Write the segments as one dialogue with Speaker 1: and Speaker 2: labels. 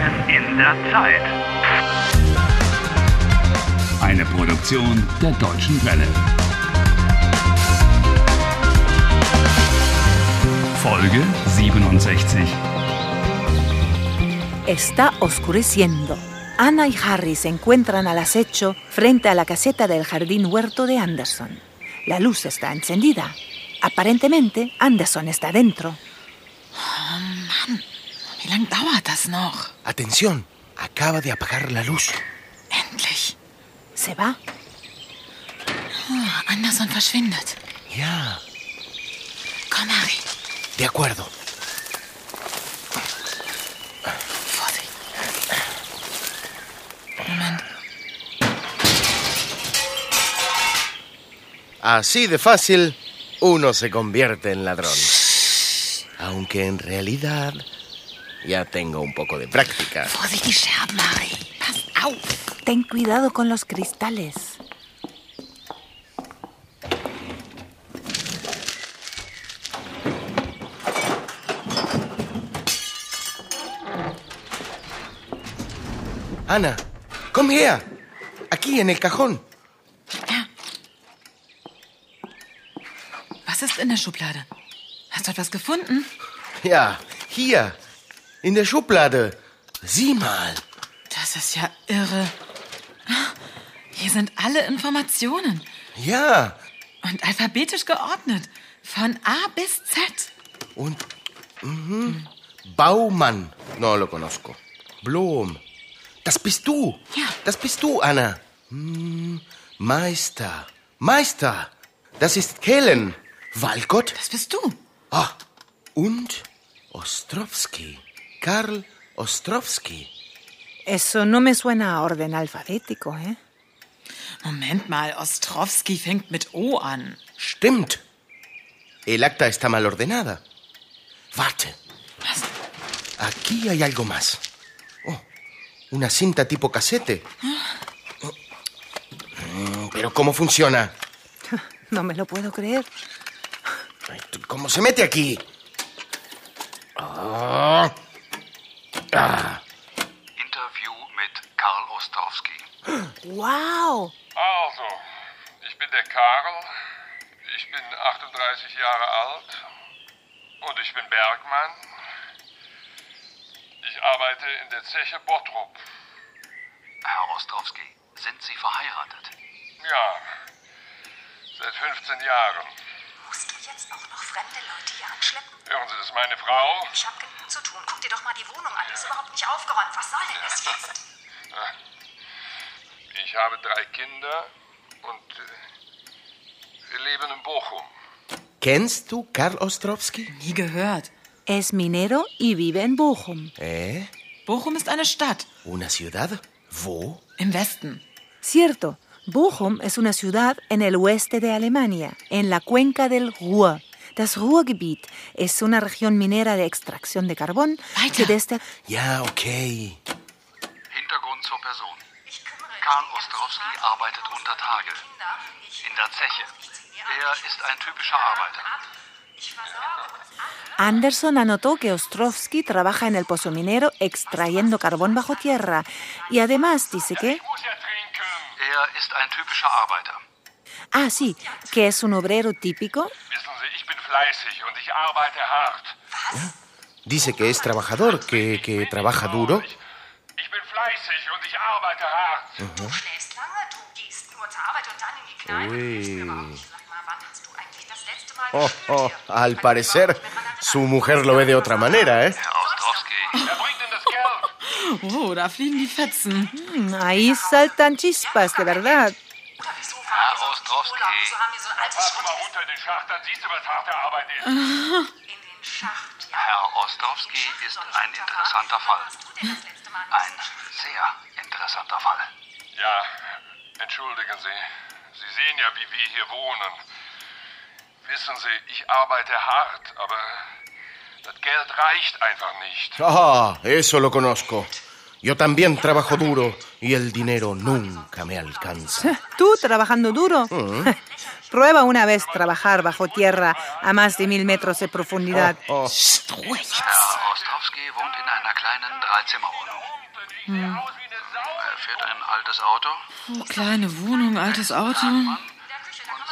Speaker 1: der Zeit.
Speaker 2: Eine Produktion der Deutschen Welle. Folge 67.
Speaker 3: Está oscureciendo. Ana y Harry se encuentran al acecho frente a la caseta del jardín huerto de Anderson. La luz está encendida. Aparentemente, Anderson está dentro.
Speaker 4: Wie lange dauert das noch?
Speaker 5: Atención, acaba de apagar la luz.
Speaker 4: Endlich.
Speaker 3: Se va.
Speaker 4: Ah, Anderson verschwindet.
Speaker 5: Ya,
Speaker 4: Komm, Harry.
Speaker 5: de acuerdo.
Speaker 4: Vorsicht. Moment.
Speaker 5: Así de fácil, uno se convierte en ladrón. Aunque en realidad ya tengo un poco de práctica.
Speaker 4: Vorsicht, die Scherben, Harry. Pass auf.
Speaker 3: Ten cuidado con los cristales.
Speaker 5: Ana, come here. Aquí en el cajón.
Speaker 4: Ja. Was ist in der Schublade? Hast du etwas gefunden?
Speaker 5: Ja, hier. In der Schublade. Sieh mal.
Speaker 4: Das ist ja irre. Ah, Hier sind alle Informationen.
Speaker 5: Ja.
Speaker 4: Und alphabetisch geordnet. Von A bis Z.
Speaker 5: Und. mhm. Baumann. No lo conozco. Blom. Das bist du.
Speaker 4: Ja.
Speaker 5: Das bist du, Anna. Hm, Meister. Meister. Das ist Kellen. Walcott.
Speaker 4: Das bist du.
Speaker 5: Ah. Und Ostrowski. Karl Ostrowski.
Speaker 3: Eso no me suena a orden alfabético, ¿eh?
Speaker 4: Moment mal, Ostrowski fängt mit O an.
Speaker 5: Stimmt. El acta está mal ordenada. Warte.
Speaker 4: Was?
Speaker 5: Aquí hay algo más. Oh, una cinta tipo casete. Mm, Pero ¿cómo funciona?
Speaker 3: No me lo puedo creer.
Speaker 5: Ay, tú, ¿Cómo se mete aquí? Ah. Ah.
Speaker 1: Interview mit Karl Ostrowski.
Speaker 3: ¡Wow!
Speaker 6: Also, ich bin der Karl, ich bin 38 Jahre alt und ich bin Bergmann. Ich arbeite in der Zeche Bottrop.
Speaker 1: Herr Ostrowski, sind Sie verheiratet?
Speaker 6: Ja, seit 15 Jahren.
Speaker 7: Musst du jetzt auch noch fremde Leute hier anschleppen?
Speaker 6: Hören Sie, das ist meine Frau.
Speaker 7: Ich hab genug zu tun. Guck dir doch mal die Wohnung an. Die ist überhaupt nicht aufgeräumt. Was soll denn das jetzt?
Speaker 6: Ich habe drei Kinder und äh, wir leben in Bochum.
Speaker 5: ¿Kennst du Karl Ostrowski?
Speaker 4: Nie gehört.
Speaker 3: Es minero y vive en Bochum.
Speaker 5: ¿Eh?
Speaker 4: Bochum ist eine Stadt.
Speaker 5: ¿Una ciudad? ¿Wo?
Speaker 4: Im Westen.
Speaker 3: Cierto, Bochum es una ciudad en el oeste de Alemania, en la cuenca del Ruhr. Das Ruhrgebiet es una región minera de extracción de carbón
Speaker 4: Weiter.
Speaker 3: que desde
Speaker 5: Ya, ok.
Speaker 1: Hintergrund zur Person.
Speaker 7: Ich kümmere mich
Speaker 1: Karl
Speaker 7: den ganzen
Speaker 1: Ostrowski
Speaker 7: Tag um
Speaker 1: arbeitet
Speaker 7: Haus
Speaker 1: unter
Speaker 7: und
Speaker 1: Tage.
Speaker 7: Kinder. Ich
Speaker 1: In der
Speaker 7: hole
Speaker 1: Zeche.
Speaker 7: aus, ich ziehe an,
Speaker 1: Er
Speaker 7: ich
Speaker 1: ist
Speaker 7: schmeiße
Speaker 1: ein
Speaker 7: die
Speaker 1: typischer Arbeiter.
Speaker 7: ab. Ich versorge uns alle.
Speaker 3: Anderson anotó que Ostrovsky trabaja en el pozo minero extrayendo carbón bajo tierra y además dice que,
Speaker 6: Ich muss ja trinken.
Speaker 1: Er ist ein typischer Arbeiter.
Speaker 3: ah sí, que es un obrero típico
Speaker 6: Wissen Sie, ich bin fleißig und ich arbeite hart.
Speaker 5: Dice que es trabajador, que, que trabaja duro.
Speaker 6: Ich, ich bin fleißig und ich arbeite hart.
Speaker 7: Du schläfst lange, du gehst nur zur Arbeit und dann in die Kneipe.
Speaker 5: Ui.
Speaker 7: Ich überhaupt nicht. Sag mal, wann hast du eigentlich das letzte Mal
Speaker 5: Oh,
Speaker 7: gespürt
Speaker 5: oh,
Speaker 7: hier?
Speaker 5: al
Speaker 7: Kann ich
Speaker 5: parecer,
Speaker 7: überhaupt nicht mehr dran
Speaker 5: su
Speaker 7: erinnern.
Speaker 5: mujer lo ve de otra manera, ¿eh?
Speaker 1: Herr Ostrowski,
Speaker 6: Wer bringt denn das Geld?
Speaker 4: Oh, da fliegen die Fetzen.
Speaker 3: Mm, Ahí saltan chispas, de verdad.
Speaker 7: Oder wieso fahren wir sonst
Speaker 1: Ostrowski.
Speaker 7: in Urlaub? Wieso haben wir so ein altes
Speaker 6: Fahr du mal
Speaker 7: Schrottessen
Speaker 6: runter in den Schacht, dann siehst du, was harte Arbeit ist.
Speaker 7: in den Schacht? Ja,
Speaker 1: Herr Ostrowski ist ein interessanter Fall. Ein sehr interessanter Fall.
Speaker 6: Ja, entschuldigen Sie. Sie sehen ja, wie wir hier wohnen. Wissen Sie, ich arbeite hart, aber das Geld reicht einfach nicht.
Speaker 5: Ah, eso lo conozco. Yo también trabajo duro y el dinero nunca me alcanza.
Speaker 3: ¿Tú trabajando duro? Prueba una vez trabajar bajo tierra a más de mil metros de profundidad.
Speaker 5: Oh,
Speaker 4: Psst, Ruhe jetzt.
Speaker 1: Herr Ostrowski wohnt in einer kleinen Dreizimmerwohnung.
Speaker 5: Hm.
Speaker 1: Er fährt ein altes Auto
Speaker 4: Oh, kleine Wohnung, altes Auto.
Speaker 1: und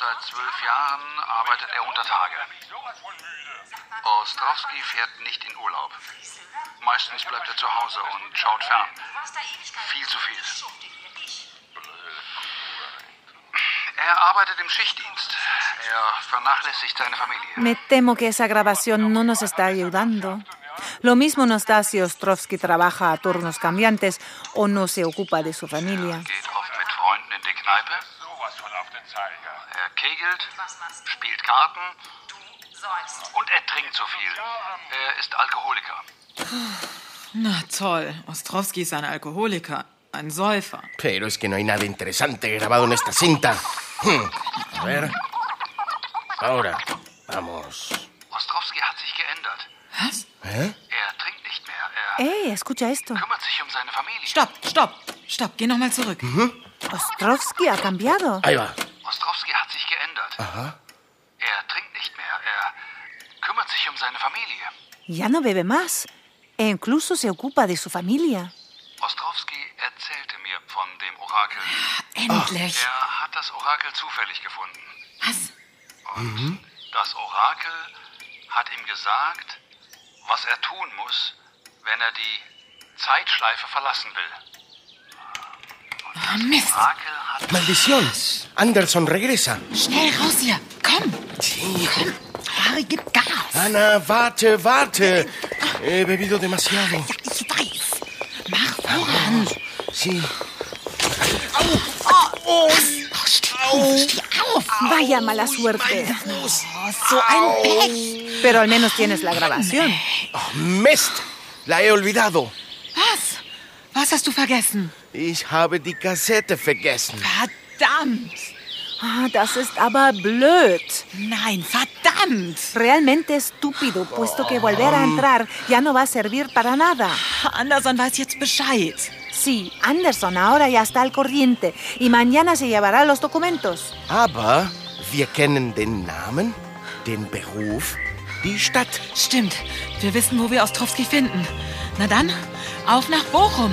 Speaker 1: seit zwölf Jahren arbeitet er unter Tage. Ostrowski fährt nicht in Urlaub. Meistens bleibt er zu Hause und schaut fern. Viel zu viel. Er arbeitet im Schichtdienst. Er vernachlässigt seine Familie.
Speaker 3: Me temo que esa grabación no nos está ayudando. Lo mismo nos da si Ostrovsky trabaja a turnos cambiantes o no se ocupa de su familia.
Speaker 1: Geht oft mit Freunden in die Kneipe.
Speaker 6: Sowas von auf den Zeiger.
Speaker 1: Er kegelt, spielt Karten und er trinkt zu viel. Er ist Alkoholiker.
Speaker 4: Na toll, Ostrowski ist ein Alkoholiker, ein Säufer.
Speaker 5: Pero es que no hay nada interesante grabado en esta cinta. Hm. A ver. Ahora. Vamos.
Speaker 1: Ostrowski hat sich geändert.
Speaker 4: Was?
Speaker 5: ¿Eh?
Speaker 1: Er trinkt nicht mehr. Er
Speaker 3: ¡Eh! Escucha esto.
Speaker 1: kümmert sich um seine Familie.
Speaker 4: Stopp, stopp, stopp, geh nochmal zurück.
Speaker 3: Ostrovsky ha cambiado.
Speaker 5: Ahí va.
Speaker 1: Ostrowski hat sich geändert. Er trinkt nicht mehr. Er kümmert sich um seine Familie.
Speaker 3: Ya no bebe más. E incluso se ocupa de su familia.
Speaker 1: Ostrowski erzählte mir von dem Orakel.
Speaker 4: Endlich.
Speaker 1: Er hat das Orakel zufällig gefunden.
Speaker 4: Was?
Speaker 1: Und das Orakel hat ihm gesagt, was er tun muss, wenn er die Zeitschleife verlassen will.
Speaker 4: Oh, Mist.
Speaker 1: Orakel hat
Speaker 5: ¡Maldición! Anderson regresa.
Speaker 4: Schnell raus hier. Komm. Komm. Harry, gib Gas.
Speaker 5: Ana, warte, warte. He bebido demasiado.
Speaker 4: Ich weiß. Mach voran.
Speaker 5: Sí.
Speaker 4: Oh, steh auf, steh auf.
Speaker 3: Vaya mala suerte.
Speaker 4: Oh, So ein Pech.
Speaker 3: Pero al menos tienes la grabación.
Speaker 5: Mist. Oh, La he olvidado.
Speaker 4: Was? Was hast du vergessen?
Speaker 5: Ich habe die Kassette vergessen.
Speaker 4: Verdammt.
Speaker 3: Ah, das ist aber blöd.
Speaker 4: Nein, verdammt.
Speaker 3: Realmente estúpido, puesto que volver a entrar ya no va a servir para nada.
Speaker 4: Anderson weiß jetzt Bescheid.
Speaker 3: Sí, Anderson ahora ya está al corriente y mañana se llevará los documentos.
Speaker 5: Aber wir kennen den Namen, den Beruf, die Stadt.
Speaker 4: Stimmt. Wir wissen, wo wir Ostrowski finden. Na dann, auf nach Bochum.